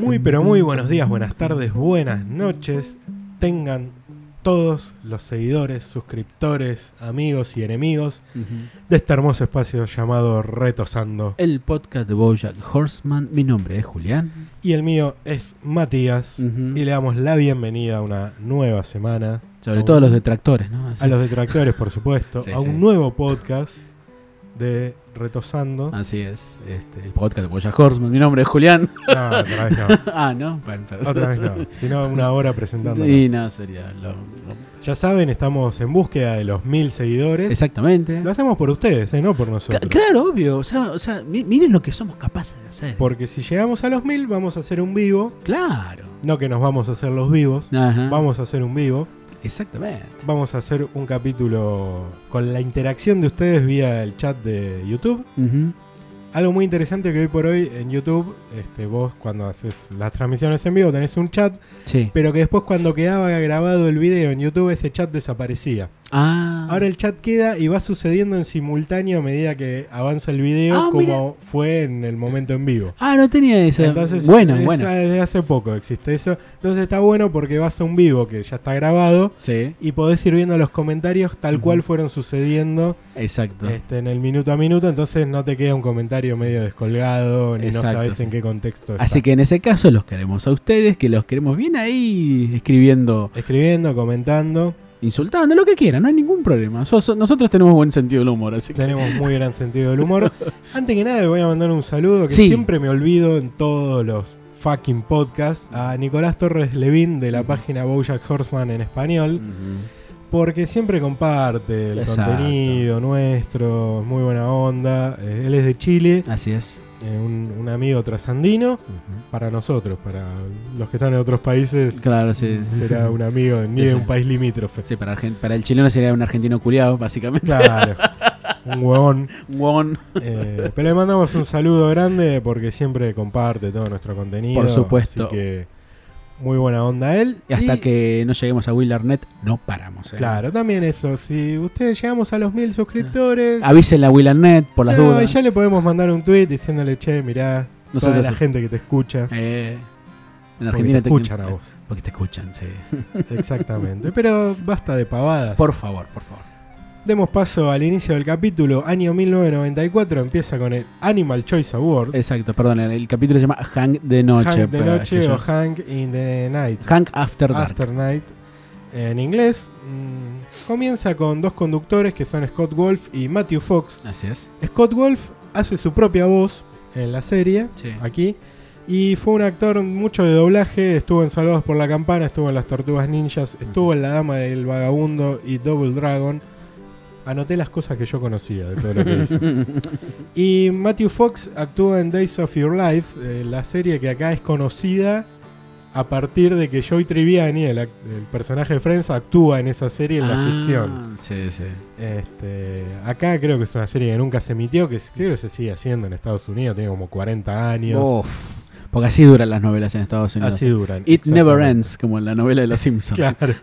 Muy, pero muy buenos días, buenas tardes, buenas noches. Tengan todos los seguidores, suscriptores, amigos y enemigos de este hermoso espacio llamado Retosando. El podcast de Bojack Horseman. Mi nombre es Julián. Y el mío es Matías. Ujú. Y le damos la bienvenida a una nueva semana. Sobre A todo a un- los detractores, ¿no? Así, A los detractores, por supuesto. Sí, a un sí. nuevo podcast de Retosando. así es. este, el podcast de Bojack Horseman. Mi nombre es Julián. No, otra vez no. ah, ¿no? Bueno, pero- Otra vez no. Sino una hora presentándonos. Y no, sería lo- lo- Ya saben, estamos en búsqueda de los mil seguidores. Exactamente. Lo hacemos por ustedes, ¿eh? no por Cla- nosotros. Claro, obvio. O sea, o sea, mi- miren lo que somos capaces de hacer. Porque si llegamos a los mil, vamos a hacer un vivo. Claro. No que nos vamos a hacer los vivos. Ajá. Vamos a hacer un vivo. Exactamente. Vamos a hacer un capítulo con la interacción de ustedes vía el chat de YouTube. Ujú. Algo muy interesante que hoy por hoy en YouTube, este, vos cuando haces las transmisiones en vivo tenés un chat, Sí. pero que después cuando quedaba grabado el video en YouTube ese chat desaparecía. Ah. Ahora el chat queda y va sucediendo en simultáneo a medida que avanza el video Ah, como fue en el momento en vivo. Ah, no tenía esa. Entonces, bueno, es- bueno. desde hace poco existe eso. Entonces está bueno porque vas a un vivo que ya está grabado Sí, y podés ir viendo los comentarios tal Ujú. cual fueron sucediendo exacto. este, en el minuto a minuto. Entonces no te queda un comentario medio descolgado ni no Exacto. sabes en qué contexto está. Así que en ese caso los queremos a ustedes, que los queremos bien ahí escribiendo, Escribiendo, comentando. insultando, lo que quieran, no hay ningún problema. So- so- nosotros tenemos buen sentido del humor, así que... Tenemos muy gran sentido del humor. Antes que nada, le voy a mandar un saludo que Sí. siempre me olvido en todos los fucking podcasts a Nicolás Torres Levín de la página Bojack Horseman en español, Ujú. porque siempre comparte el Exacto. contenido nuestro, muy buena onda. Eh, Él es de Chile, Así es. eh, un, un amigo trasandino Ujú. para nosotros, para los que están en otros países. Claro, sí. sí, Será sí. un amigo de- ni Sí, de sí. un país limítrofe. Sí, para, argen- para el chileno sería un argentino culiado, básicamente. Claro, un huevón. Un huevón. Eh, pero le mandamos un saludo grande porque siempre comparte todo nuestro contenido. Por supuesto. Así que muy buena onda él. Y hasta Y, que no lleguemos a Will Arnett, no paramos. ¿eh? Claro, también eso. Si ustedes llegamos a los mil suscriptores. Avísenle a Will Arnett por las no, y dudas. ya le podemos mandar un tweet diciéndole, che, mirá, toda Nosotros- la gente que te escucha. Eh, en porque Argentina eh, te escuchan a vos. Porque te escuchan, sí. Exactamente. Pero basta de pavadas. Por favor, por favor. Demos paso al inicio del capítulo. Año 1994 empieza con el Animal Choice Award. Exacto, perdón, el, el capítulo se llama Hank de Noche. Hank de para que noche yo- o Hank in the night. Hank After Dark. After Night en inglés. Mm, Comienza con dos conductores que son Scott Wolf y Matthew Fox. Así es. Scott Wolf hace su propia voz en la serie, Sí. aquí, y fue un actor mucho de doblaje. Estuvo en Salvados por la Campana, estuvo en Las Tortugas Ninjas, estuvo en La Dama del Vagabundo y Double Dragon. Anoté las cosas que yo conocía de todo lo que hizo. Y Matthew Fox actúa en Days of Your Life, eh, la serie que acá es conocida a partir de que Joey Triviani, el, ac- el personaje de Friends, actúa en esa serie en Ah. la ficción. Sí, sí. Este, acá creo que es una serie que nunca se emitió, que s- creo que se sigue haciendo en Estados Unidos, tiene como 40 años. Uf. Porque así duran las novelas en Estados Unidos. así duran. It never exactamente. ends, como en la novela de los Simpsons. Claro.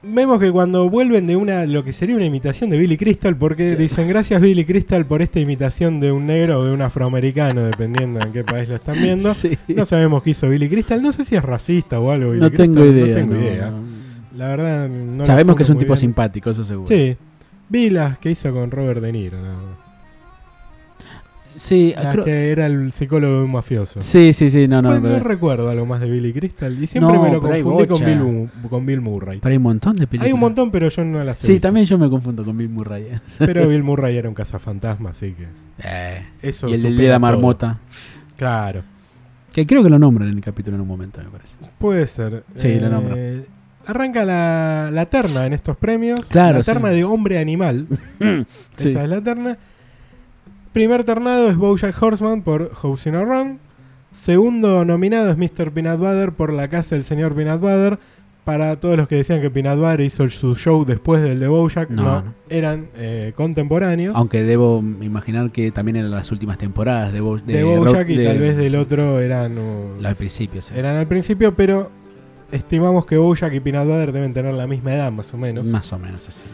Vemos que cuando vuelven de una lo que sería una imitación de Billy Crystal, porque dicen gracias Billy Crystal por esta imitación de un negro o de un afroamericano, dependiendo en qué país lo están viendo. Sí. No sabemos qué hizo Billy Crystal, no sé si es racista o algo. Billy No Crystal, tengo idea. No tengo no, idea. no. La verdad, no lo Sabemos que es un juzgo tipo muy bien. simpático, eso seguro. Sí. Vi las que hizo con Robert De Niro. ¿no? Sí, Las Ah, creo- que era el psicólogo de un mafioso. sí, sí, sí, no, no. Pues No, pero, recuerdo algo más de Billy Crystal. Y siempre No, me lo pero hay confundí con bocha. Bill, Mu- con Bill Murray. pero hay un montón de películas. Hay un montón, pero yo no las he Sí, visto. también yo me confundo con Bill Murray. Pero Bill Murray era un cazafantasma, así que Eh, eso Y el supera de la todo. marmota. Claro, Que creo que lo nombran en el capítulo en un momento, me parece. puede ser. Eh, Sí, lo nombro. Arranca la, la terna en estos premios. Claro, La terna sí. de hombre animal. Sí. Esa es la terna. Primer ternado es Bojack Horseman por Housing Around. Segundo nominado es Mr. Peanut Butter por La Casa del Señor Peanut Butter. Para todos los que decían que Peanut Butter hizo su show después del de Bojack, no, No, no. eran eh, contemporáneos. Aunque debo imaginar que también eran las últimas temporadas de, Bo- de Bojack Rob- y de- tal vez del otro eran, uh, la al principio, sí. eran al principio, pero estimamos que Bojack y Peanut Butter deben tener la misma edad, más o menos. Más o menos así.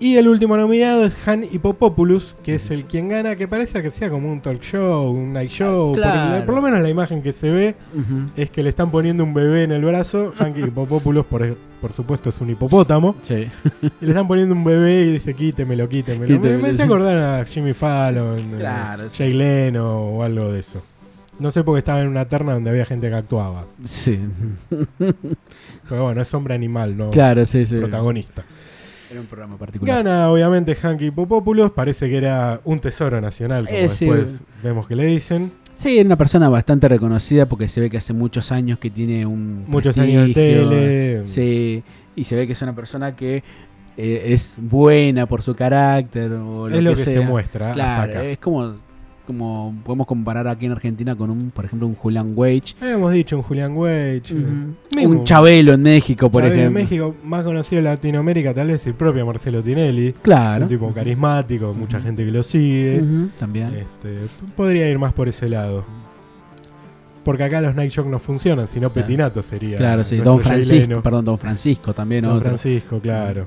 Y el último nominado es Han Hippopopoulos, que es el quien gana, que parece que sea como un talk show, un night show. por- Ah, claro. Por, lo menos la imagen que se ve Ujú. es que le están poniendo un bebé en el brazo. Han Hippopopoulos, por, por supuesto, es un hipopótamo. Sí. Y le están poniendo un bebé y dice, quítemelo, quítemelo. Quítemelo, me, me hace sí. acordar a Jimmy Fallon, eh, Claro, sí. Jay Leno o algo de eso. No sé porque estaba en una terna donde había gente que actuaba. Sí. Pero bueno, es hombre animal, no Claro, sí, sí. protagonista. Era un programa particular. Gana, obviamente, Hanky Popopoulos. Parece que era un tesoro nacional, como Eh, sí. después vemos que le dicen. Sí, era una persona bastante reconocida porque se ve que hace muchos años que tiene un. Muchos prestigio, años de tele. Sí, y se ve que es una persona que eh, es buena por su carácter. O es lo que, se sea. muestra hasta Claro, eh. acá. es como, como podemos comparar aquí en Argentina con un, por ejemplo, un Julián Wage. Habíamos dicho un Julián Wage. Mismo, Un Chabelo en México, por Chabelo en ejemplo. México, más conocido en Latinoamérica, tal vez el propio Marcelo Tinelli. Claro. Un tipo carismático, mucha Ujú. gente que lo sigue. Ujú, También. Este, p- podría ir más por ese lado. Porque acá los Night Shock no funcionan, sino Claro. Petinato sería. claro, sí. nuestro Don Jay Francisco, Leno. perdón, Don Francisco también. Don otro. Francisco, claro.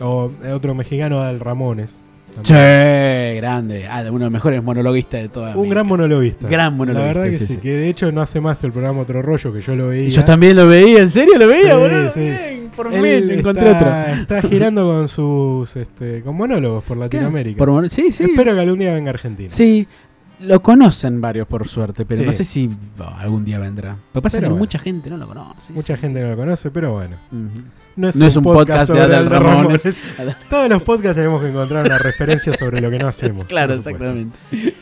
O eh, otro mexicano, Adal Ramones. también. Che, grande. Ah, de uno de los mejores monologuistas de toda Un América. gran monologuista. Gran La monologuista, verdad que sí, sí, sí. que de hecho no hace más el programa Otro Rollo, que yo lo veía. Y yo también lo veía, ¿en serio lo veía, Sí, boludo? sí. Bien, por Él fin encontré está, otro. Está girando con sus este, con monólogos por Latinoamérica. Por mon- sí, sí. Espero que algún día venga a Argentina. Sí, lo conocen varios por suerte, pero Sí. no sé si oh, algún día vendrá. Lo que pasa es que Pero bueno. mucha gente no lo conoce. Mucha gente no lo conoce, pero bueno. Ujú. es, No es un podcast de sobre Adal Adal Ramones. Todos los podcasts tenemos que encontrar una referencia sobre lo que no hacemos. claro, por supuesto. exactamente.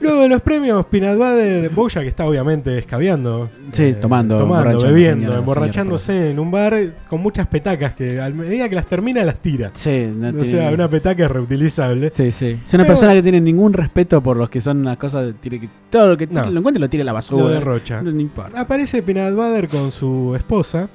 Luego de los premios, Peanut Butter, Boya, que está obviamente escabeando. eh, Sí, tomando, tomando emborrachándose, bebiendo, señora, emborrachándose en un bar con muchas petacas que al medida que las termina las tira. Sí, no o tiene- sea, una petaca es reutilizable. Sí, sí. Es una Pero persona que tiene ningún respeto por los que son las cosas. de- Tiene que, todo lo que No. lo encuentra lo tira a la Lo basura. derrocha. no, no importa. Aparece Peanut Butter con su esposa,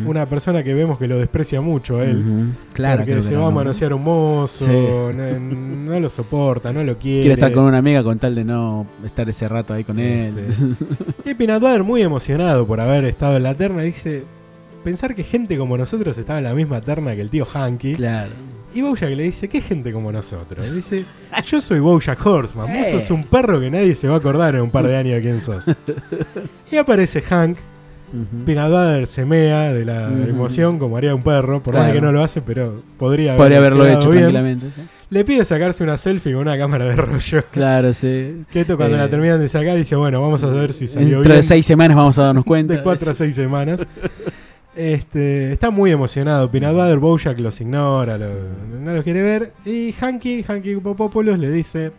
Ujú. una persona que vemos que lo desprecia mucho a él. Ujú. Claro, porque creo que se era, va a ¿no? manosear un mozo, Sí. no, no lo soporta, no lo quiere. Quiere estar con una amiga con tal de no estar ese rato ahí con él. Este. Y Peanut Butter, muy emocionado por haber estado en la terna, dice: Pensar que gente como nosotros estaba en la misma terna que el tío Hanky. claro. Y Bojack le dice: ¿Qué gente como nosotros? Y dice: Yo soy Bojack Horseman, Eh. vos sos un perro que nadie se va a acordar en un par de años de quién sos. Y aparece Hank. Ujú. Peanut Butter se mea de la Ujú. emoción como haría un perro, por más de Claro. que no lo hace, pero podría, Podría haberlo quedado hecho bien. tranquilamente. sí. Le pide sacarse una selfie con una cámara de rollo. Claro, sí. Que esto cuando Eh, la terminan de sacar dice, bueno, vamos a ver si salió Dentro bien. de seis semanas vamos a darnos cuenta. de cuatro a Sí. seis semanas. Este, está muy emocionado. Peanut Butter Bojack los ignora, lo- no los quiere ver. Y Hanky, Hanky Popopoulos le dice: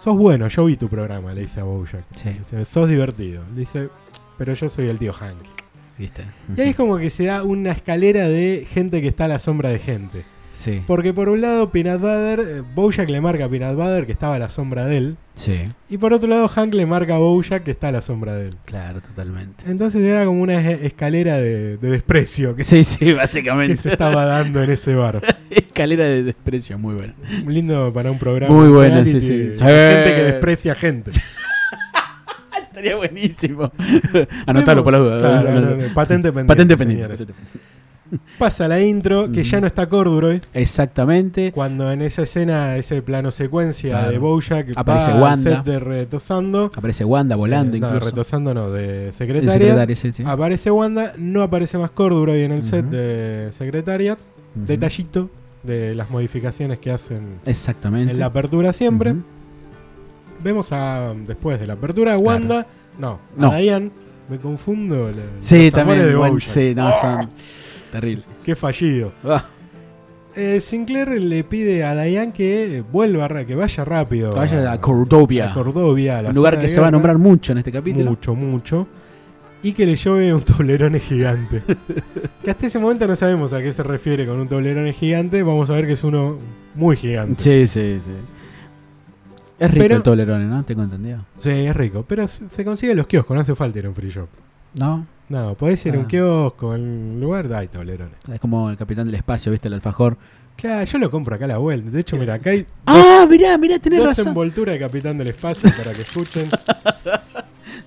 Sos bueno, yo vi tu programa, le dice a Bojack. Sí, Dice, Sos divertido. Le dice: Pero yo soy el tío Hanky. viste. Y ahí es como que se da una escalera de gente que está a la sombra de gente. Sí, Porque por un lado, Peanut Butter, eh, Bojack le marca a Peanut Butter que estaba a la sombra de él. sí, Y por otro lado, Hank le marca a Bojack que está a la sombra de él. claro, totalmente. Entonces era como una e- escalera de, de desprecio que, se- Sí, sí, que básicamente. se estaba dando en ese bar. Escalera de desprecio, muy buena. Lindo para un programa. Muy de bueno, reality, sí, sí. de Sí. Gente que desprecia gente. Estaría buenísimo. Anotalo por las dudas. Claro, Anotalo. no, no, patente pendiente. Patente pendiente. señores. patente pendiente. Pasa la intro, que ya no está Corduroy. Exactamente. Cuando en esa escena, ese plano secuencia Claro. de Bojack, Aparece va al Wanda. set de retosando. Aparece Wanda volando Eh, no, Ah, incluso. retosando no, de El secretaria. secretario, sí, sí. Aparece Wanda, no aparece más Corduroy en el set Ujú. de secretaria. Ujú. Detallito de las modificaciones que hacen Exactamente. en la apertura siempre. Ujú. Vemos a, después de la apertura, a Wanda. No, a No. Diane. Me confundo. la- Sí, los amores también. de Wan- Bojack. sí, no, son terrible. Qué fallido. Ah, Eh, Sinclair le pide a Diane que vuelva, ra- que vaya rápido. vaya a a Cordovia. Cordovia, a la Un lugar zona que de se va a guerra. nombrar mucho en este capítulo. Mucho, mucho. Y que le lleve un toblerone gigante. que hasta ese momento no sabemos a qué se refiere con un toblerone gigante. Vamos a ver que es uno muy gigante. Sí, sí, sí. Es rico Pero- el Toblerone, ¿no? Tengo entendido. Sí, es rico. Pero se se consigue en los kioscos, no hace falta ir a un free shop. ¿No? No, podés ir a un Ah. kiosco, en un lugar, hay toblerones. Es como el capitán del espacio, ¿viste? El alfajor. Claro, yo lo compro acá a la vuelta. De hecho, mira, acá hay ¡Ah! Mirá, mirá, tenés dos razón. envolturas de Capitán del Espacio para que escuchen.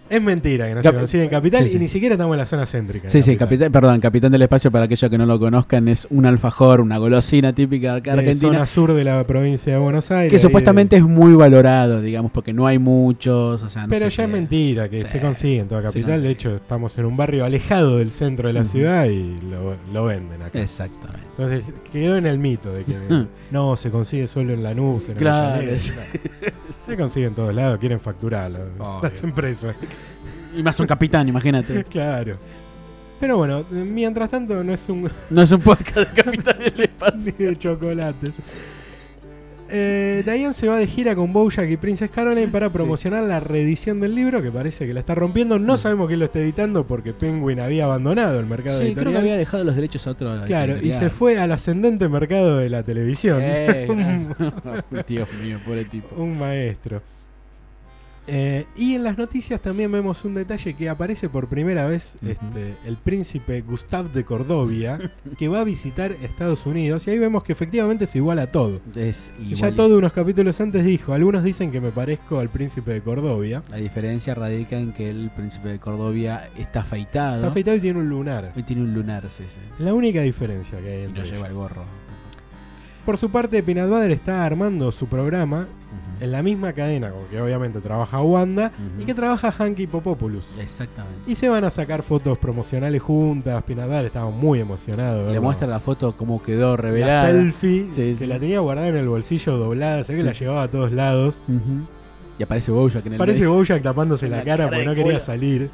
Es mentira que no Cap- se consigue en Capital Sí, sí. y ni siquiera estamos en la zona céntrica. de Sí, sí, capitán, perdón, Capitán del Espacio, para aquellos que no lo conozcan, es un alfajor, una golosina típica de De acá argentina, zona sur de la provincia de Buenos Aires. que ahí supuestamente de- es muy valorado, digamos, porque no hay muchos, o sea, no Pero sé ya es qué. mentira que Sí. se consigue en toda Se Capital. de consigue. hecho, estamos en un barrio alejado del centro de la Ujú. ciudad y lo, lo venden acá. Exactamente. Entonces quedó en el mito de que no, se consigue solo en Lanús, en Claro, Avellaneda, sí. no. Se consigue en todos lados, quieren facturarlo. Obvio. Las empresas. Y más un capitán, imagínate. Claro. Pero bueno, mientras tanto no es un No es un podcast de Capitán del Espacio. ni de chocolate. Eh, Diane se va de gira con Bojack y Princess Caroline para Sí. promocionar la reedición del libro, que parece que la está rompiendo. Mm. No sabemos quién lo está editando porque Penguin había abandonado el mercado Sí, creo editorial. que había dejado los derechos a otro. Claro, y se fue al ascendente mercado de la televisión. Eh, Un- Dios mío, pobre tipo. un maestro. Eh, y en las noticias también vemos un detalle que aparece por primera vez Ujú. este, el príncipe Gustav de Cordovia, que va a visitar Estados Unidos, y ahí vemos que efectivamente es igual a todo. Es Ya igual. todo unos capítulos antes dijo, algunos dicen que me parezco al príncipe de Cordovia. La diferencia radica en que el príncipe de Cordovia está afeitado. Está afeitado y tiene un lunar. Hoy tiene un lunar, sí, sí. La única diferencia que hay Y no entre lleva el ellos. gorro. Por su parte, Peanut Butter está armando su programa en la misma cadena con que obviamente trabaja Wanda Ujú. y que trabaja Hanky Popopoulos. Exactamente. Y se van a sacar fotos promocionales juntas. Pinadar estaba muy emocionado. de Le verlo. muestra la foto como quedó la revelada. selfie Sí, que sí. la tenía guardada en el bolsillo doblada. Se ve que Sí, la sí. llevaba a todos lados. Ujú. Y aparece Bojack en el Parece medio. Bojack tapándose la, La cara cara porque de no quería culo. salir.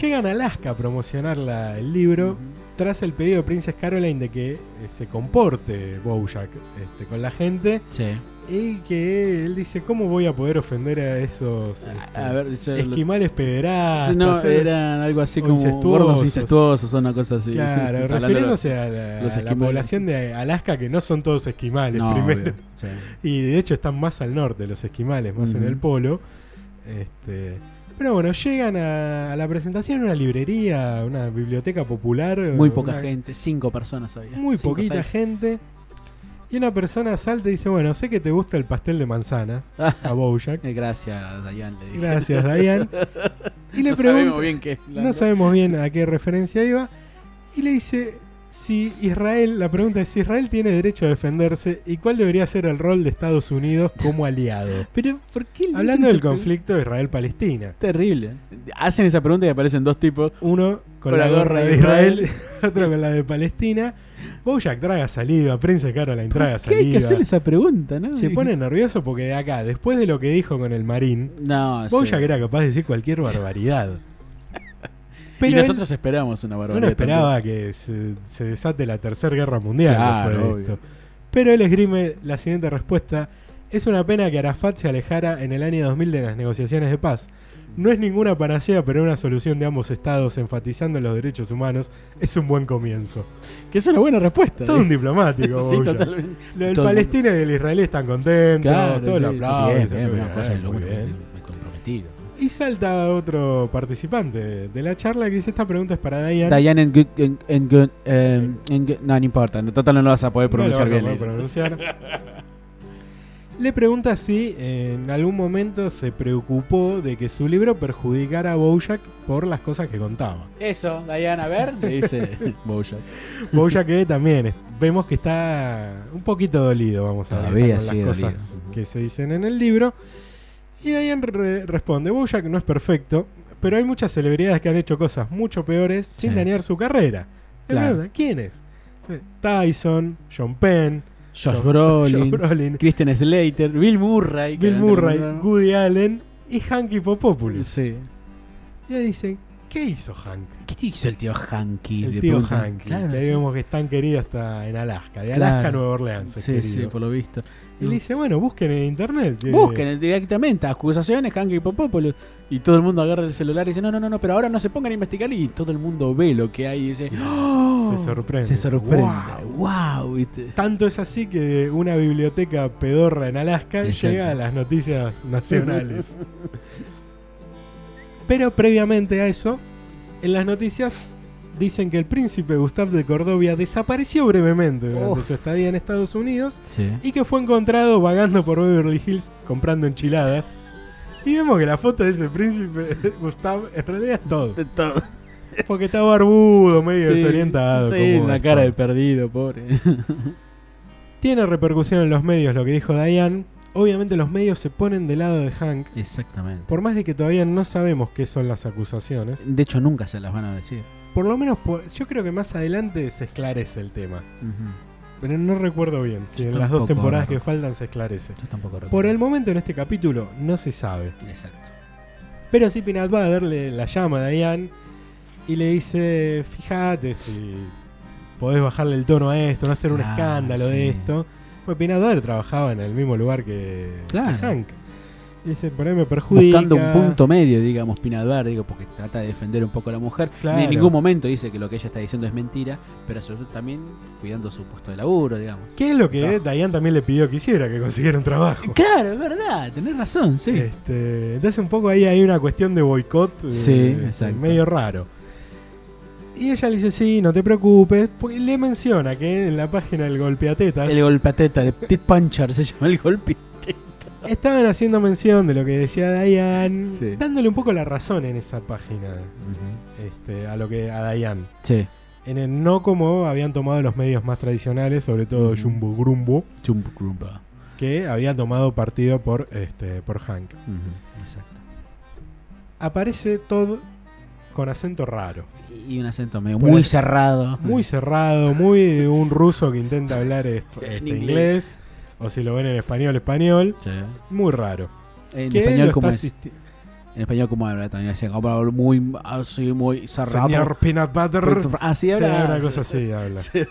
Llegan a Alaska a promocionar la- el libro Ujú. tras el pedido de Princess Caroline de que eh, se comporte Bojack este, con la gente Sí. y que él dice, ¿cómo voy a poder ofender a esos este, A, a ver, yo lo- esquimales pederastas? no, eh? eran algo así o como incestuosos. gordos incestuosos o una cosa así. Claro, Sí, hablando- refiriéndose a la, los a la esquimales. población de Alaska que no son todos esquimales No, primero. obvio, sí. Y de hecho están más al norte los esquimales, más en Ujú. el polo. Este, pero bueno, llegan a, a la presentación una librería, una biblioteca popular. Muy una- poca gente, cinco personas había. Muy Cinco, poquita seis. gente. Y una persona salta y dice, bueno, sé que te gusta el pastel de manzana a Bojack. Eh, Gracias, Dayan, le dije. Gracias, Diane. Y le no pregunta... sabemos bien qué es la- No sabemos bien a qué referencia iba. Y le dice si Israel, la pregunta es si Israel tiene derecho a defenderse y cuál debería ser el rol de Estados Unidos como aliado. Pero, ¿por qué le Hablando del hacen esa conflicto Israel-Palestina. pregunta? Terrible. Hacen esa pregunta y aparecen dos tipos. Uno con la gorra de Israel, otro con la de Palestina. Bojack traga saliva, Prince Caroline traga ¿Por ¿Qué hay que saliva. hacer esa pregunta, no? Se pone nervioso porque de acá, después de lo que dijo con el marín, No, Ah, sí. Bojack era capaz de decir cualquier barbaridad. Y Pero él- nosotros esperamos una barbaridad. Uno esperaba que se, se desate la Tercera Guerra Mundial Claro, después de obvio. esto. Pero él esgrime la siguiente respuesta. Es una pena que Arafat se alejara en el año 2000 de las negociaciones de paz. No es ninguna panacea, pero una solución de ambos estados enfatizando los derechos humanos es un buen comienzo. también. Que es una buena respuesta. Todo un ¿eh? diplomático. Sí, Bouya. totalmente. Lo del Todo el mundo. palestino y el israelí están contentos, Claro, todo lo sí, aplaude, bien, se bien, ve bien, cosa es bien, lo muy único que bien. me he comprometido. Y salta otro participante de la charla que dice esta pregunta es para Diane. Diane and good, and, and good, em, and good- no, no importa, no, total no lo vas a poder No lo pronunciar vas a bien. poder pronunciar. Le pregunta si eh, en algún momento se preocupó de que su libro perjudicara a Bojack por las cosas que contaba. Eso, Diane, a ver, le dice Bojack. Bojack que también es- vemos que está un poquito dolido, vamos a ver, Todavía con las sigue cosas dolido. que se dicen en el libro. Y Diane re- responde, Bojack no es perfecto, pero hay muchas celebridades que han hecho cosas mucho peores sin Sí. dañar su carrera. De Claro. verdad, ¿Quiénes? Tyson, John Penn, Josh Brolin, Josh Brolin Kristen Slater, Bill Murray. que Bill eran de Murray, Murray. Woody Allen y Hanky Popopoulos. Sí. Y ahí dicen, ¿qué hizo Hank? ¿Qué te hizo el tío Hanky? El Le tío preguntan. Hanky. Claro, que ahí sí. vemos que es tan querido hasta en Alaska. De Claro. Alaska a Nueva Orleans. es Sí, querido. sí, por lo visto. Y le dice, bueno, busquen en internet. que- Busquen directamente acusaciones, Hanky Popopoulos. Y todo el mundo agarra el celular y dice: No, no, no, no, pero ahora no se pongan a investigar. Y todo el mundo ve lo que hay y dice: ¡Oh! Se sorprende. Se sorprende. Wow. ¡Wow! ¿viste? Tanto es así que una biblioteca pedorra en Alaska Exacto. llega a las noticias nacionales. Pero previamente a eso, en las noticias dicen que el príncipe Gustav de Cordovia desapareció brevemente durante Uf. su estadía en Estados Unidos Sí. y que fue encontrado vagando por Beverly Hills comprando enchiladas. Y vemos que la foto de ese príncipe, Gustav, en realidad es todo. Porque está barbudo, medio Sí, desorientado. Sí, como una Gustav. cara de perdido, pobre. Tiene repercusión en los medios lo que dijo Diane. Obviamente los medios se ponen del lado de Hank. Exactamente. Por más de que todavía no sabemos qué son las acusaciones, De hecho, nunca se las van a decir. por lo menos po- yo creo que más adelante se esclarece el tema. Pero no recuerdo bien si Yo en las dos tampoco temporadas que recuerdo. faltan se esclarece. Yo tampoco recuerdo. Por el momento en este capítulo no se sabe. Exacto. Pero sí Peanut Butter le, la llama a Diane y le dice, fíjate si podés bajarle el tono a esto, no hacer un Ah, escándalo sí. de esto. Pues Peanut Butter trabajaba en el mismo lugar que, que Claro. Hank. Y dice, por ahí me perjudica. Buscando un punto medio, digamos, Pinadbar, digo, porque trata de defender un poco a la mujer. Claro. Ni en ningún momento dice que lo que ella está diciendo es mentira, pero sobre todo también cuidando su puesto de laburo, digamos. ¿Qué es lo que Trabajo. Diane también le pidió que hiciera? Que consiguiera un trabajo. Claro, es verdad, tenés razón, sí. Este, entonces un poco ahí hay una cuestión de boicot eh, Sí, este, exacto. medio raro. Y ella le dice, sí, no te preocupes. Porque le menciona que en la página del golpeatetas El golpateta, de Tit Puncher se llama el golpe. estaban haciendo mención de lo que decía Diane, Sí. dándole un poco la razón en esa página este, a lo que a Diane. Sí, En el no como habían tomado los medios más tradicionales, sobre todo Ujú. Jumbo Grumbo, Chumbo Grumba. que había tomado partido por, este, por Hank. Exacto. aparece Todd con acento raro, Y un acento medio Por muy ahí. cerrado. muy cerrado, muy de un ruso que intenta hablar es- Mm. En este, inglés. inglés. o si lo ven en español, español, Sí. muy raro. En Que él español, lo como está es? asisti- En español, como habla también? Así, como habla muy, así, muy cerrado. Señor Peanut Butter. Así Sí, habla. una cosa así habla. Sí.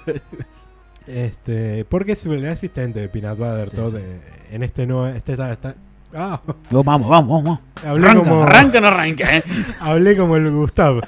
Este, porque es el asistente de Peanut Butter Sí, Todd sí. eh, en este nuevo... Este, está- está- ah, Digo, vamos, vamos, vamos. hablé, como, no arranca, ¿eh? hablé como el Gustav.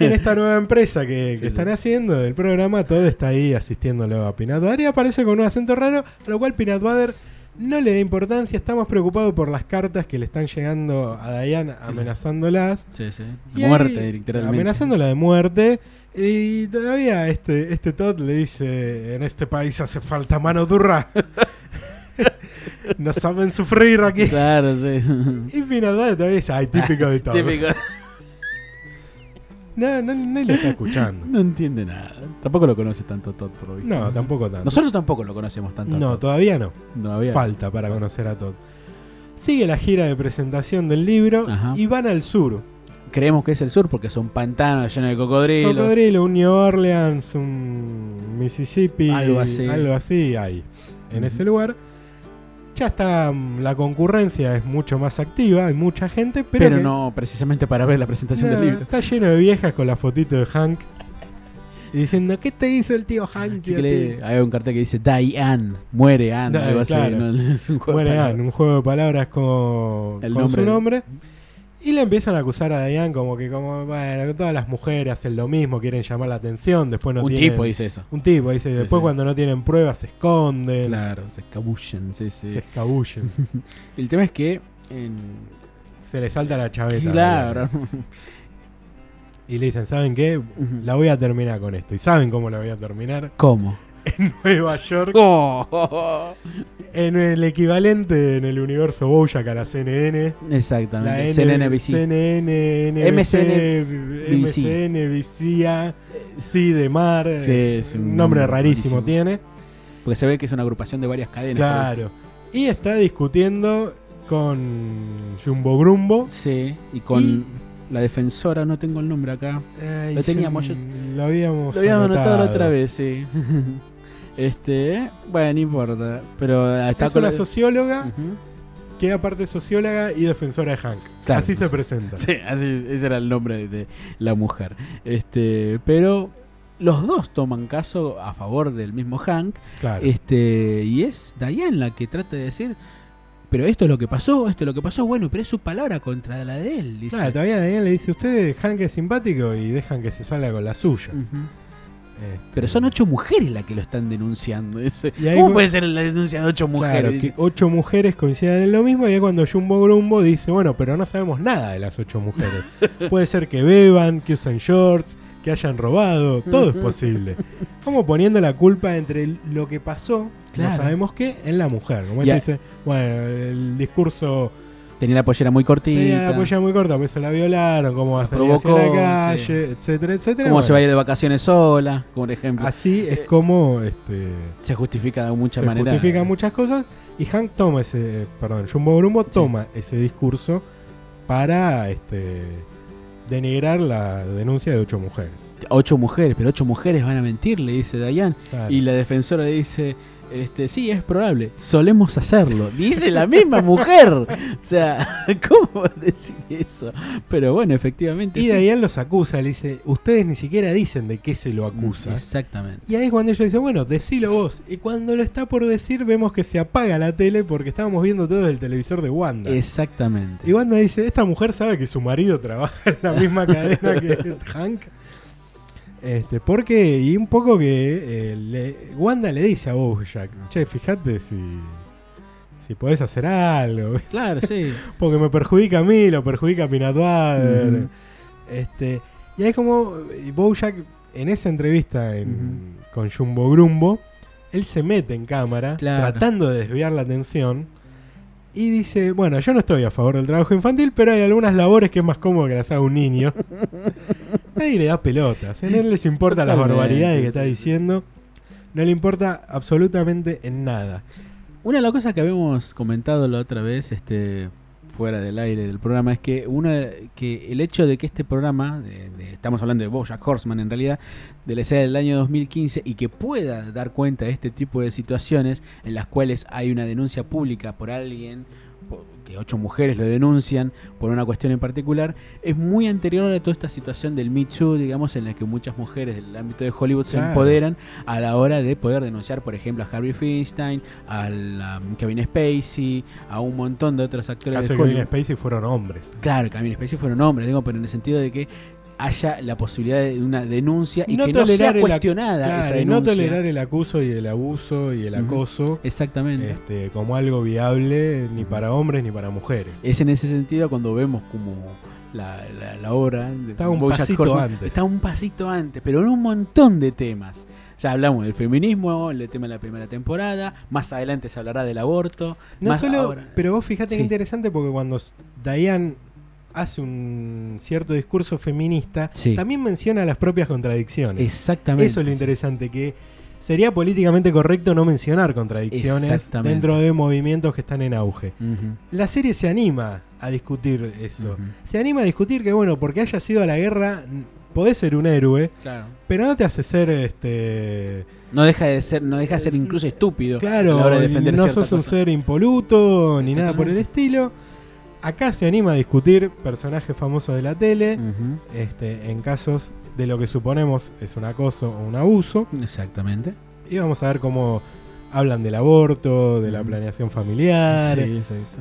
en esta nueva empresa que, Sí, que sí. están haciendo del programa, todo está ahí asistiéndolo a Peanut Butter y aparece con un acento raro, a lo cual Peanut Butter no le da importancia, está más preocupado por las cartas que le están llegando a Diane amenazándolas. Sí, sí. Y Muerte, ahí, eh, literalmente. Amenazándola de muerte. Y todavía este, este Todd le dice, en este país hace falta mano dura. no saben sufrir aquí. Claro, sí. Y Peanut Butter todavía dice, ay, típico de Todd. Típico. No, no, no le está escuchando. No entiende nada. Tampoco lo conoce tanto Todd, por lo visto. No, tampoco tanto. Nosotros tampoco lo conocemos tanto. a No, Todd. todavía no. Todavía. Falta para conocer a Todd. Sigue la gira de presentación del libro Ajá. y van al sur. Creemos que es el sur porque son pantanos llenos de cocodrilos. Cocodrilo, un New Orleans, un Mississippi, Algo así. algo así hay en Ujú. ese lugar. Ya está, mm, la concurrencia es mucho más activa, hay mucha gente, pero, pero que- no precisamente para ver la presentación no, del libro. está lleno de viejas con la fotito de Hank y diciendo, ¿qué te hizo el tío Hank? Así tío, que le- tío?" hay un cartel que dice Die Ann, muere Ann, No, algo así. claro. ¿no? Es un juego de Bueno, palabras. Diane, un juego de palabras con, El con nombre. su nombre. Y le empiezan a acusar a Diane como que como, bueno, todas las mujeres hacen lo mismo, quieren llamar la atención, después no un tienen- tipo dice eso. Un tipo, dice, después sí. cuando no tienen pruebas se esconden, Claro, se escabullen, sí, sí. se escabullen, El tema es que. en- se le salta la chaveta. Claro. Y le dicen, ¿saben qué? La voy a terminar con esto. ¿Y saben cómo la voy a terminar? ¿Cómo? Nueva York, en el equivalente en el universo Bojack a la CNN. La Exactamente. N- CNNBC. CNN, NBC, MSN, VCA, Sí de Mar. Sí, eh, es un un nombre nombre rarísimo buenísimo. tiene. Porque se ve que es una agrupación de varias cadenas. Claro. Y está discutiendo con Jumbo Grumbo. Sí, y con Y- la defensora, no tengo el nombre acá. Ay, Lo teníamos, yo- yo- Lo habíamos, Lo habíamos anotado la anotado. otra vez, sí. este, bueno, no importa. Pero está Es una la- socióloga Ujú. que aparte es socióloga y defensora de Hank. Claro. Así se presenta. Sí, así, ese era el nombre de la mujer. Este, pero los dos toman caso a favor del mismo Hank. Claro. Este, y es Diane la que trata de decir, pero esto es lo que pasó, esto es lo que pasó, bueno, pero es su palabra contra la de él, dice. Nada, todavía Daniel le dice, usted Hank es simpático y dejan que se salga con la suya. Ujú. Este, Mm. Pero son ocho mujeres las que lo están denunciando. dice. Y ahí ¿Cómo cu- puede ser la denuncia de ocho mujeres? Claro, Dice, que ocho mujeres coincidan en lo mismo y es cuando Jumbo Grumbo dice, bueno, pero no sabemos nada de las ocho mujeres. Puede ser que beban, que usen shorts, que hayan robado, todo es posible. Como poniendo la culpa entre lo que pasó, Claro. no sabemos qué, en la mujer. Como Y él a- dice, bueno, el discurso Tenía la pollera muy cortita. Tenía la polla muy corta, pues se la violaron, cómo va a salir hacia provocó, la calle, etcétera, etcétera. ¿Cómo se va Bueno, Eh, a ir de vacaciones sola? Por ejemplo. Así es como este, Ah, se justifica de muchas se maneras. justifican muchas cosas y Hank toma ese, perdón, Jumbo Brumbo toma ese discurso para este, denigrar la denuncia de ocho mujeres. Ocho mujeres, pero ocho mujeres van a mentir, le dice Dayan. Claro. Y la defensora le dice, este, sí, es probable, solemos hacerlo. Dice la misma mujer. O sea, ¿cómo decir eso? Pero bueno, efectivamente. Y sí. de ahí él los acusa, le dice, ustedes ni siquiera dicen de qué se lo acusa. Exactamente. Y ahí es cuando ella dice, bueno, decilo vos. Y cuando lo está por decir, vemos que se apaga la tele porque estábamos viendo todo el televisor de Wanda. Exactamente. Y Wanda dice, esta mujer sabe que su marido trabaja en la misma cadena que Hank. Este, porque, y un poco que eh, le- Wanda le dice a Bojack, che, fíjate si, si podés hacer algo, Claro, sí. porque me perjudica a mí, lo perjudica a Pinatuader. Ujú. Este, y ahí es como y Bojack en esa entrevista en- con Jumbo Grumbo, él se mete en cámara Claro. tratando de desviar la atención y dice, bueno, yo no estoy a favor del trabajo infantil, pero hay algunas labores que es más cómodo que las haga un niño. Nadie le da pelotas, a él les importa las Totalmente, barbaridades que está sí, sí. diciendo, no le importa absolutamente en nada. Una de las cosas que habíamos comentado la otra vez, este, fuera del aire del programa, es que una, que el hecho de que este programa, de- de- estamos hablando de Bojack Horseman en realidad, de la escena del año 2015 y que pueda dar cuenta de este tipo de situaciones en las cuales hay una denuncia pública por alguien por- que ocho mujeres lo denuncian por una cuestión en particular, es muy anterior a toda esta situación del Me Too, digamos, en la que muchas mujeres del ámbito de Hollywood se Claro. empoderan a la hora de poder denunciar, por ejemplo, a Harvey Feinstein, a la- um, Kevin Spacey, a un montón de otros En actores caso de de Kevin Hollywood. Spacey fueron hombres. Claro, Kevin Spacey fueron hombres, digo, pero en el sentido de que haya la posibilidad de una denuncia y Y no que no sea tolerar el ac- cuestionada esa Claro, y denuncia. no tolerar el acuso y el abuso y el Ujú. acoso Exactamente. este, como algo viable ni para hombres ni para mujeres. Es en ese sentido cuando vemos como la, la- la obra de Está un BoJack pasito antes. Está un pasito antes, pero en un montón de temas. Ya hablamos del feminismo, el tema de la primera temporada, más adelante se hablará del aborto. No más solo, ahora- pero vos fíjate Sí. qué interesante porque cuando s- Diane hace un cierto discurso feminista, Sí. también menciona las propias contradicciones. Exactamente. Eso es lo interesante, que sería políticamente correcto no mencionar contradicciones Exactamente. dentro de movimientos que están en auge. Ujú, La serie se anima a discutir eso. ujú. Se anima a discutir que, bueno, porque hayas ido a la guerra, n- podés ser un héroe, Claro. pero no te hace ser este No deja de ser, no deja de ser incluso estúpido a la hora Claro, de defender no cierta sos un cosa. ser impoluto ni nada por el estilo. Acá se anima a discutir personajes famosos de la Mm. tele Ujú, este, en casos de lo que suponemos es un acoso o un abuso. Exactamente. Y vamos a ver cómo hablan del aborto, de la Ujú. planeación familiar, Mm. Sí, exacto.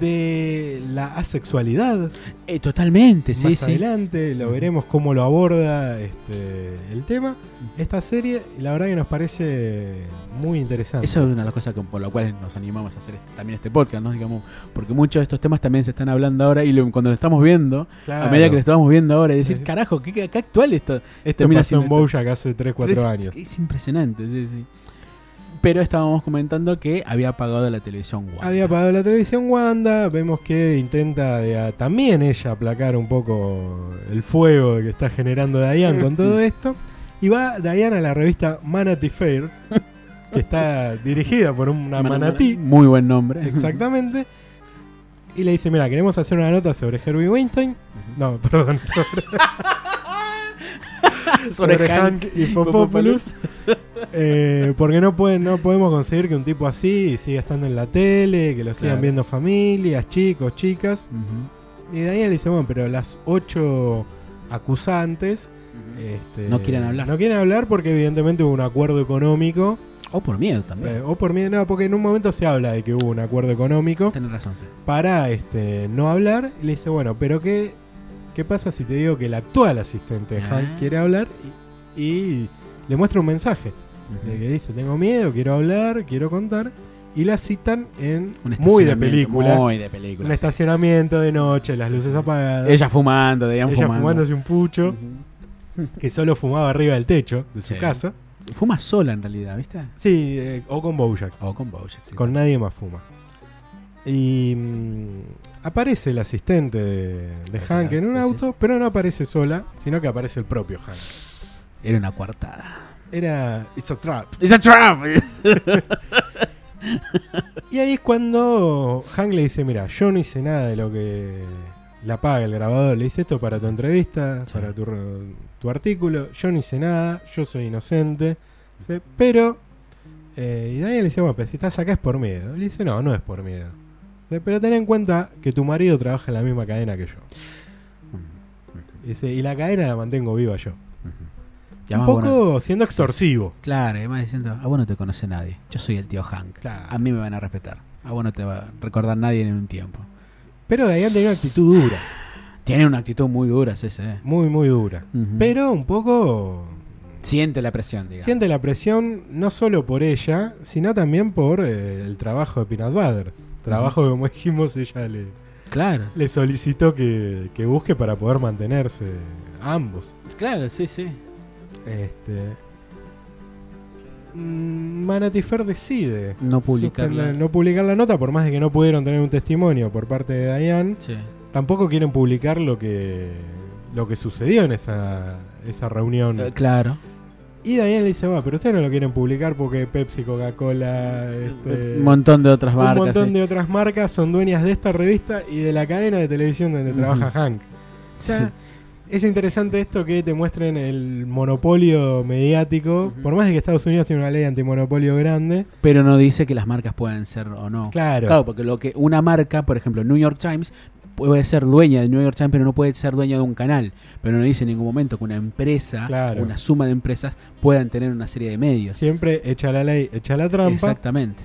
de la asexualidad. Eh, totalmente, sí, Más sí. adelante lo Ujú. veremos cómo lo aborda este, el tema. Esta serie, la verdad que nos parece muy interesante. Eso es una de las cosas con- por las cuales nos animamos a hacer este- también este podcast, ¿no? Digamos, porque muchos de estos temas también se están hablando ahora y lo- cuando lo estamos viendo, a Claro. medida que lo estamos viendo ahora, y decir, Sí. carajo, qué, qué- qué actual esto. Esto Termina pasó en siendo Bojack hace 3-4 Es- años. Es impresionante, sí, sí. Pero estábamos comentando que había apagado la televisión Wanda. Había apagado la televisión Wanda, vemos que intenta de a- también ella aplacar un poco el fuego que está generando Diane con todo esto. Y va Diane a la revista Manatee Fair, que está dirigida por una Man- manatí, Muy buen nombre. exactamente. Y le dice, mira, queremos hacer una nota sobre Herbie Weinstein. No, perdón, sobre, Sobre sobre Hank Hank y Popopoulos. Eh, porque no pueden, no podemos conseguir que un tipo así siga estando en la tele, que lo sigan Claro. viendo familias, chicos, chicas. Ujú, Y Daniel dice, bueno, pero las ocho acusantes ujú. este, No quieren hablar. No quieren hablar porque evidentemente hubo un acuerdo económico. O oh, por miedo también. eh, o por miedo, no, porque en un momento se habla de que hubo un acuerdo económico Tenés razón, sí. para este, no hablar. Y le dice, bueno, pero qué, ¿qué pasa si te digo que el actual asistente de Ah. Hank quiere hablar? Y- y le muestra un mensaje. De que dice, tengo miedo, quiero hablar, quiero contar. Y la citan en Un muy de estacionamiento, película. Muy de película. un sí. estacionamiento de noche, las luces apagadas. Ella fumando, digamos, ella fumando. fumándose un pucho Ujú. que solo fumaba arriba del techo de su Sí. casa. Fuma sola en realidad, ¿viste? Sí, eh, o con Bojack. O con Bojack. sí. Con nadie más fuma. Y mm, aparece el asistente de, de Así Hank es, en un sí, auto, pero no aparece sola, sino que aparece el propio Hank. Era una coartada. Era It's a Trap. ¡It's a trap! Y ahí es cuando Hank le dice, mira, yo no hice nada de lo que la paga el grabador. Le hice esto para tu entrevista, Sí. para tu, re- tu artículo. Yo no hice nada, yo soy inocente. Dice, Pero... eh, y Daniel le dice, bueno, pero si estás acá es por miedo. Le dice, no, no es por miedo. Dice, Pero ten en cuenta que tu marido trabaja en la misma cadena que yo. Dice, y la cadena la mantengo viva yo. Un Llamaba poco bueno- siendo extorsivo. Claro, además diciendo, a vos no te conoce nadie. Yo soy el tío Hank. Claro. A mí me van a respetar. A vos no te va a recordar nadie en un tiempo. Pero Diane tenía una actitud dura, Tiene una actitud muy dura, ese. ¿eh? muy, muy dura. Ujú. Pero un poco siente la presión, digamos. siente la presión no solo por ella, sino también por eh, el trabajo de Peanut Butter. Trabajo que, como dijimos, ella le, Claro, le solicitó que, que busque para poder mantenerse ambos. claro, sí, sí. Este. mm, Manatifer decide No publicarla. suspender- no publicar la nota, por más de que no pudieron tener un testimonio por parte de Diane. Sí. tampoco quieren publicar lo que lo que sucedió en esa, esa reunión. Eh, claro. Y Daniel le dice, va, pero ustedes no lo quieren publicar porque Pepsi, Coca-Cola, este, un montón de otras un barcas. montón sí. de otras marcas son dueñas de esta revista y de la cadena de televisión donde Ujú. trabaja Hank. O sea, Sí. Es interesante esto que te muestren el monopolio mediático, Ujú. por más de que Estados Unidos tiene una ley antimonopolio grande. Pero no dice que las marcas pueden ser o no. Claro, Claro, porque lo que una marca, por ejemplo, New York Times, puede ser dueña del New York Times, pero no puede ser dueña de un canal. Pero no dice en ningún momento que una empresa, Claro. una suma de empresas, puedan tener una serie de medios. siempre echa la ley, echa la trampa. Exactamente.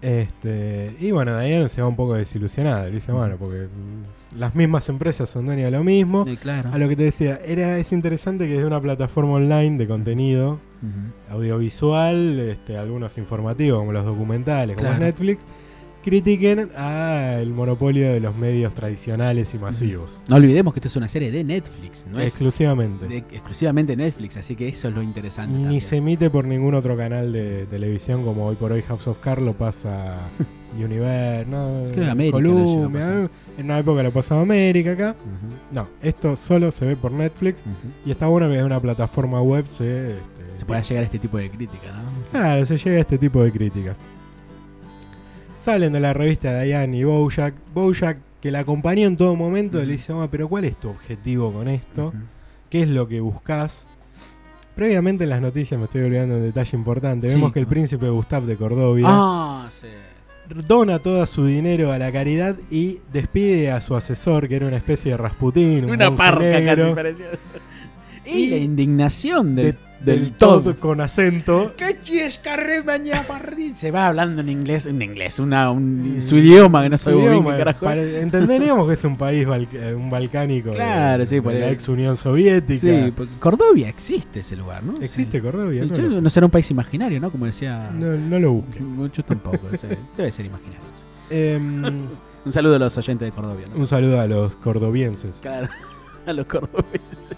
Este, y bueno, Diane se va un poco desilusionada. Le dice, bueno, porque mm, las mismas empresas son dueñas de lo mismo. Sí, claro. A lo que te decía, era, es interesante que desde una plataforma online de contenido Ujú. audiovisual, este, algunos informativos como los documentales, como Claro. es Netflix, critiquen al monopolio de los medios tradicionales y masivos. No olvidemos que esto es una serie de Netflix, no es exclusivamente. de- exclusivamente Netflix, así que eso es lo interesante. Ni también. se emite por ningún otro canal de televisión como hoy por hoy House of Cards lo pasa Universe, no, Creo que América lo llegó a pasar. eh, en una época lo pasaba América acá. Ujú, No, esto solo se ve por Netflix ujú. y está bueno que desde una plataforma web se, este, Se pueda llegar a este tipo de crítica, ¿no? Claro, se llega a este tipo de críticas. Salen de la revista Diane y Bojack. Bojack, que la acompañó en todo momento, Ujú. le dice, "Mamá, pero ¿cuál es tu objetivo con esto? Ujú. qué es lo que buscas. Previamente en las noticias me estoy olvidando de un detalle importante. Sí, Vemos que el claro. príncipe Gustav de Cordovia Ah, sí. sí. dona todo su dinero a la caridad y despide a su asesor, que era una especie de Rasputín. un monje negro, parecía. Y, Y la indignación de- del, del, del, todo. todo. con acento. ¿Qué Se va hablando en inglés, en inglés, una, un- su idioma que no Su sabemos bien Mm. idioma, qué carajo. es. pare- entenderíamos que es un país bal- eh, un balcánico. de- Claro, sí, de por la ahí. ex Unión Soviética. Sí, porque Cordovia existe ese lugar, ¿no? ¿Existe Sí. Cordovia? Y No, yo- lo sé. no será un país imaginario, ¿no? Como decía. No- no lo busqué. Yo tampoco, sí. debe ser imaginario. sí. Em, Un saludo a los oyentes de Cordovia, ¿no? un saludo a los cordobienses. Claro, a los cordobeses.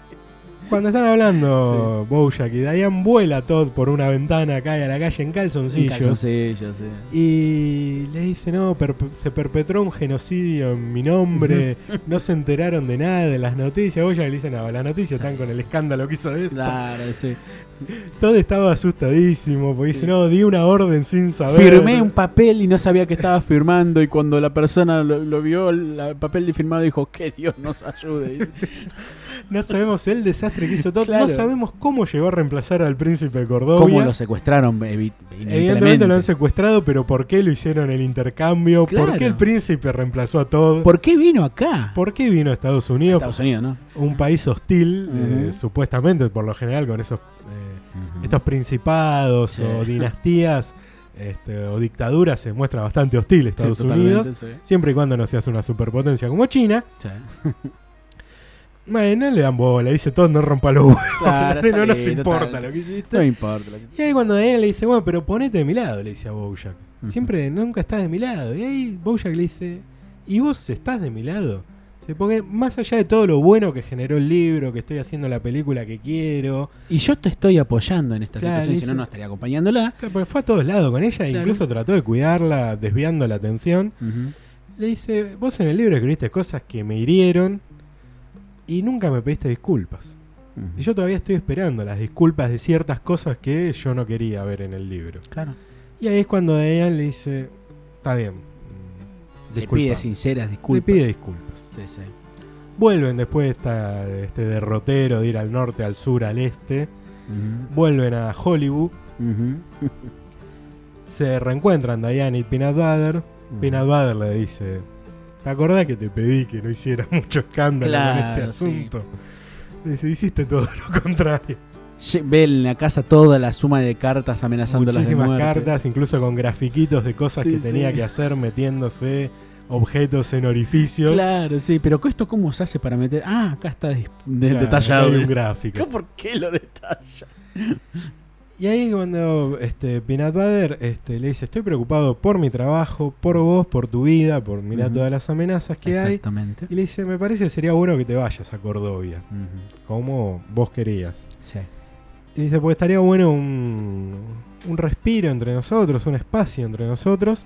Cuando están hablando Bojack y Diane, vuela Todd por una ventana, cae a la calle en Sí, calzoncillos. calzoncillos, sí. Y le dice, no, perp- se perpetró un genocidio en mi nombre, no se enteraron de nada de las noticias. Bojack le dice, no, las noticias Sí. están con el escándalo que hizo este". esto. Claro, sí. Todd estaba asustadísimo, porque Sí. dice, no, di una orden sin saber. Firmé un papel y no sabía que estaba firmando y cuando la persona lo, lo vio, la- el papel firmado dijo, que Dios nos ayude. Dice, No sabemos el desastre que hizo Todd, Claro. no sabemos cómo llegó a reemplazar al príncipe de Cordovia. ¿Cómo lo secuestraron? evi- Evidentemente inevitablemente? lo han secuestrado, pero ¿por qué lo hicieron el intercambio? ¿Por Claro. qué el príncipe reemplazó a Todd? ¿Por, pues. ¿Por qué vino acá? qué vino a Estados Unidos? Estados Unidos, ¿no? Un país hostil, eh, Ujú. supuestamente, por lo general, con esos eh, estos principados Sí. o dinastías este, o dictaduras se muestra bastante hostil Sí, Estados totalmente, Unidos, sí. siempre y cuando no seas una superpotencia como China. Sí. Bueno, le dan bola, dice Todd, no rompa los huevos, Claro, no nos sí, importa total. lo que hiciste. No importa. Y ahí cuando Daniel le dice, bueno, pero ponete de mi lado, le dice a Bojack. Ujú. Siempre, nunca estás de mi lado. Y ahí Bojack le dice, ¿y vos estás de mi lado? Dice, Sí, porque más allá de todo lo bueno que generó el libro, que estoy haciendo la película que quiero, Y yo te estoy apoyando en esta Claro, situación, si dice- no, no estaría acompañándola. o sea, porque fue a todos lados con ella, e Claro. incluso trató de cuidarla, desviando la atención. Ujú. Le dice, vos en el libro escribiste cosas que me hirieron y nunca me pediste disculpas. Ujú. Y yo todavía estoy esperando las disculpas de ciertas cosas que yo no quería ver en el libro. Claro. Y ahí es cuando Diane le dice, está bien, mm, Le disculpa". pide sinceras Le disculpas. pide disculpas. Sí, sí. Vuelven después de esta- de este derrotero de ir al norte, al sur, al este. Ujú. Vuelven a Hollywood. Ujú. Se reencuentran Diane y Peanut Butter. Peanut Butter le dice: ¿Te acordás que te pedí que no hiciera mucho escándalo con este Claro, asunto? Le Dice: Hiciste todo lo contrario. Lle- Ve en la casa toda la suma de cartas amenazándolas Muchísimas de muerte. cartas, incluso con grafiquitos de cosas Sí, que sí. tenía que hacer metiéndose objetos en orificios. Claro, sí, pero ¿esto cómo se hace para meter? Ah, acá está dis- de- Claro, detallado. ¿eh? hay un gráfico. ¿Por qué lo detalla? Y ahí es cuando este, Peanut Butter este, le dice, estoy preocupado por mi trabajo, por vos, por tu vida, por mirar Ujú. todas las amenazas que hay. Exactamente. Y le dice, me parece que sería bueno que te vayas a Cordovia, Ujú. como vos querías. Sí. Y dice, pues estaría bueno un, un respiro entre nosotros, un espacio entre nosotros.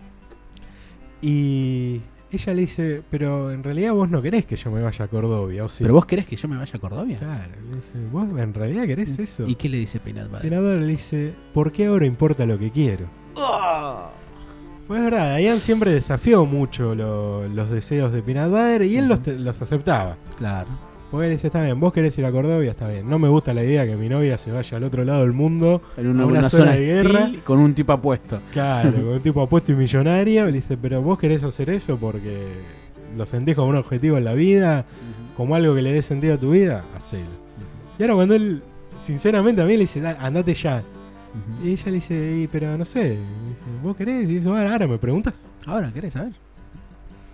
Y ella le dice, pero en realidad vos no querés que yo me vaya a Cordovia, ¿o sí? ¿Pero vos querés que yo me vaya a Cordovia? Claro, le dice, vos en realidad querés eso. ¿Y qué le dice Peanut Butter? Peanut Butter le dice, ¿por qué ahora importa lo que quiero? ¡Ah! Pues es verdad, Ian siempre desafió mucho lo- los deseos de Peanut Butter y él los, te- los aceptaba. Claro. Porque él dice, está bien, vos querés ir a Cordovia, está bien. No me gusta la idea que mi novia se vaya al otro lado del mundo. En una, A una una zona zona, de guerra. hostil con un tipo apuesto. Claro, con un tipo apuesto y millonario. Le dice, pero vos querés hacer eso porque lo sentís como un objetivo en la vida, como algo que le dé sentido a tu vida, hacelo. Y ahora cuando él, sinceramente a mí le dice, "Da- andate ya. Ujú. Y ella le dice, "Y, pero no sé, Le dice, vos querés, y dice, "Ahora- ahora me preguntas, Ahora, ¿querés saber?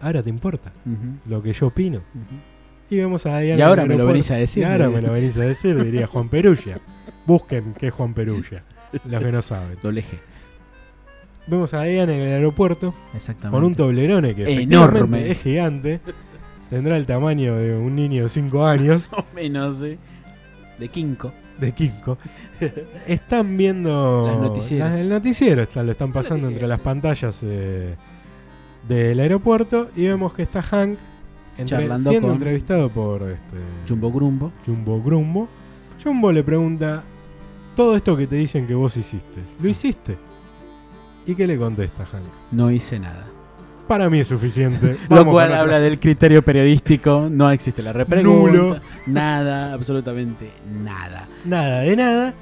ahora te importa Ujú, lo que yo opino. ujú. Y vemos a Diana. Y ahora en el me lo aeropuerto. venís a decir. Y ahora diría. me lo venís a decir, diría Juan Perulla. Busquen qué es Juan Perulla, los que no saben. Doble G, Vemos a Diana en el aeropuerto exactamente. con un toblerone que Enorme. efectivamente es gigante. Tendrá el tamaño de un niño de 5 años, Más o menos, ¿eh? De Kinko. de Kinko. Están viendo. Las noticieras. las- el noticiero está- lo están pasando entre Noticiero, las sí. pantallas eh, del aeropuerto y vemos que está Hank entre- Charlando siendo con entrevistado por. Este, Jumbo Grumbo. Jumbo Grumbo. Jumbo le pregunta, todo esto que te dicen que vos hiciste, ¿lo Ah. hiciste? ¿Y qué le contesta Hank? No hice nada. Para mí es suficiente. Lo Vamos cual con otra". habla del criterio periodístico. No existe la repregunta. Nulo. Nada, absolutamente nada. Nada de nada.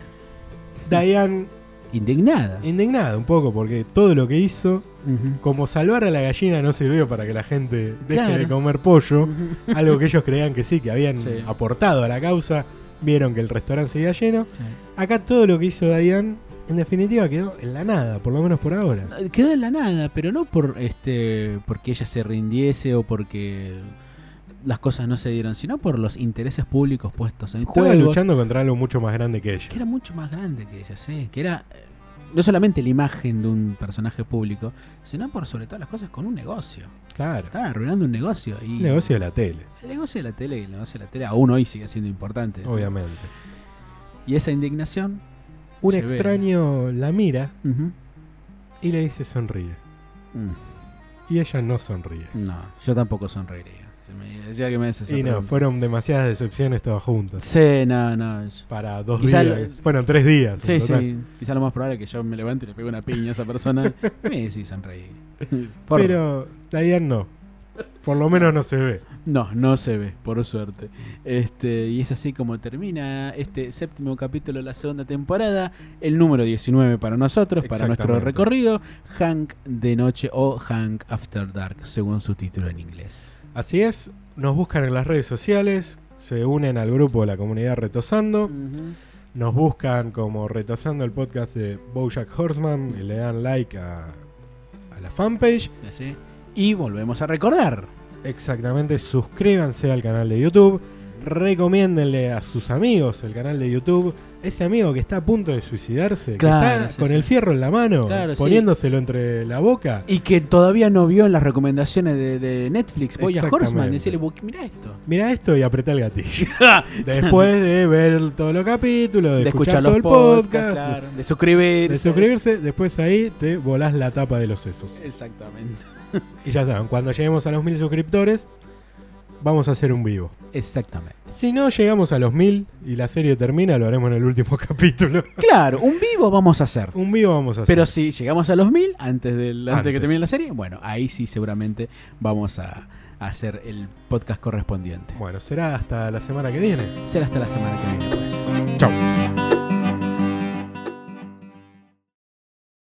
Diane Indignada. indignada un poco porque todo lo que hizo, Ujú. como salvar a la gallina no sirvió para que la gente deje Claro. de comer pollo, Ujú. algo que ellos creían que sí, que habían Sí. aportado a la causa, vieron que el restaurante seguía lleno. Sí. Acá todo lo que hizo Diane, en definitiva, quedó en la nada, por lo menos por ahora. Quedó en la nada, pero no por este porque ella se rindiese o porque las cosas no se dieron, sino por los intereses públicos puestos en Estaba juego. luchando contra algo mucho más grande que ella. que era mucho más grande que ella, ¿sí? que era eh, no solamente la imagen de un personaje público, sino por sobre todas las cosas con un negocio. Claro. Estaban arruinando un negocio y El negocio de la tele, el negocio de la tele y el negocio de la tele aún hoy sigue siendo importante. obviamente. Y esa indignación Un se ve. extraño la mira Ujú. y le dice sonríe. Mm, Y ella no sonríe. No, yo tampoco sonreiría. Si me decía que me hace Y no, fueron demasiadas decepciones todas juntas. Sí, no, no. yo- Para dos Quizá días. lo- Bueno, tres días. Sí, en total. sí. Quizá lo más probable es que yo me levante y le pegue una piña a esa persona. sí, sí, sonreí. Por- Pero Diane no. Por lo menos no se ve. No, no se ve, por suerte. Este, y es así como termina este séptimo capítulo de la segunda temporada, el número 19 para nosotros, para nuestro Exactamente. recorrido, Hank de noche o Hank After Dark, según su título en inglés. Así es, nos buscan en las redes sociales, se unen al grupo de la comunidad Retosando. Nos buscan como Retosando el podcast de Bojack Horseman y le dan like a, a la fanpage. Así. Y volvemos a recordar. Exactamente, suscríbanse al canal de YouTube, recomiéndenle a sus amigos el canal de YouTube. Ese amigo que está a punto de suicidarse, que Claro, está sí, con sí. el fierro en la mano, Claro, sí. poniéndoselo entre la boca. Y que todavía no vio en las recomendaciones de, de Netflix, voy a Horseman, Exactamente. y decirle, mira esto. Mira esto y apretá el gatillo. Después de ver todos los capítulos, de, De escuchar, escuchar todo los el podcast, podcasts, claro, de de- suscribirse. de suscribirse, después ahí te volás la tapa de los sesos. Exactamente. Y ya saben, cuando lleguemos a los mil suscriptores, vamos a hacer un vivo. Exactamente. Si no llegamos a los mil y la serie termina, lo haremos en el último capítulo. Claro, un vivo vamos a hacer. Un vivo vamos a hacer. Pero si llegamos a los mil antes, del, antes, de Antes. que termine la serie, bueno, ahí sí seguramente vamos a, a hacer el podcast correspondiente. Bueno, será hasta la semana que viene. Será hasta la semana que viene, pues. Chao.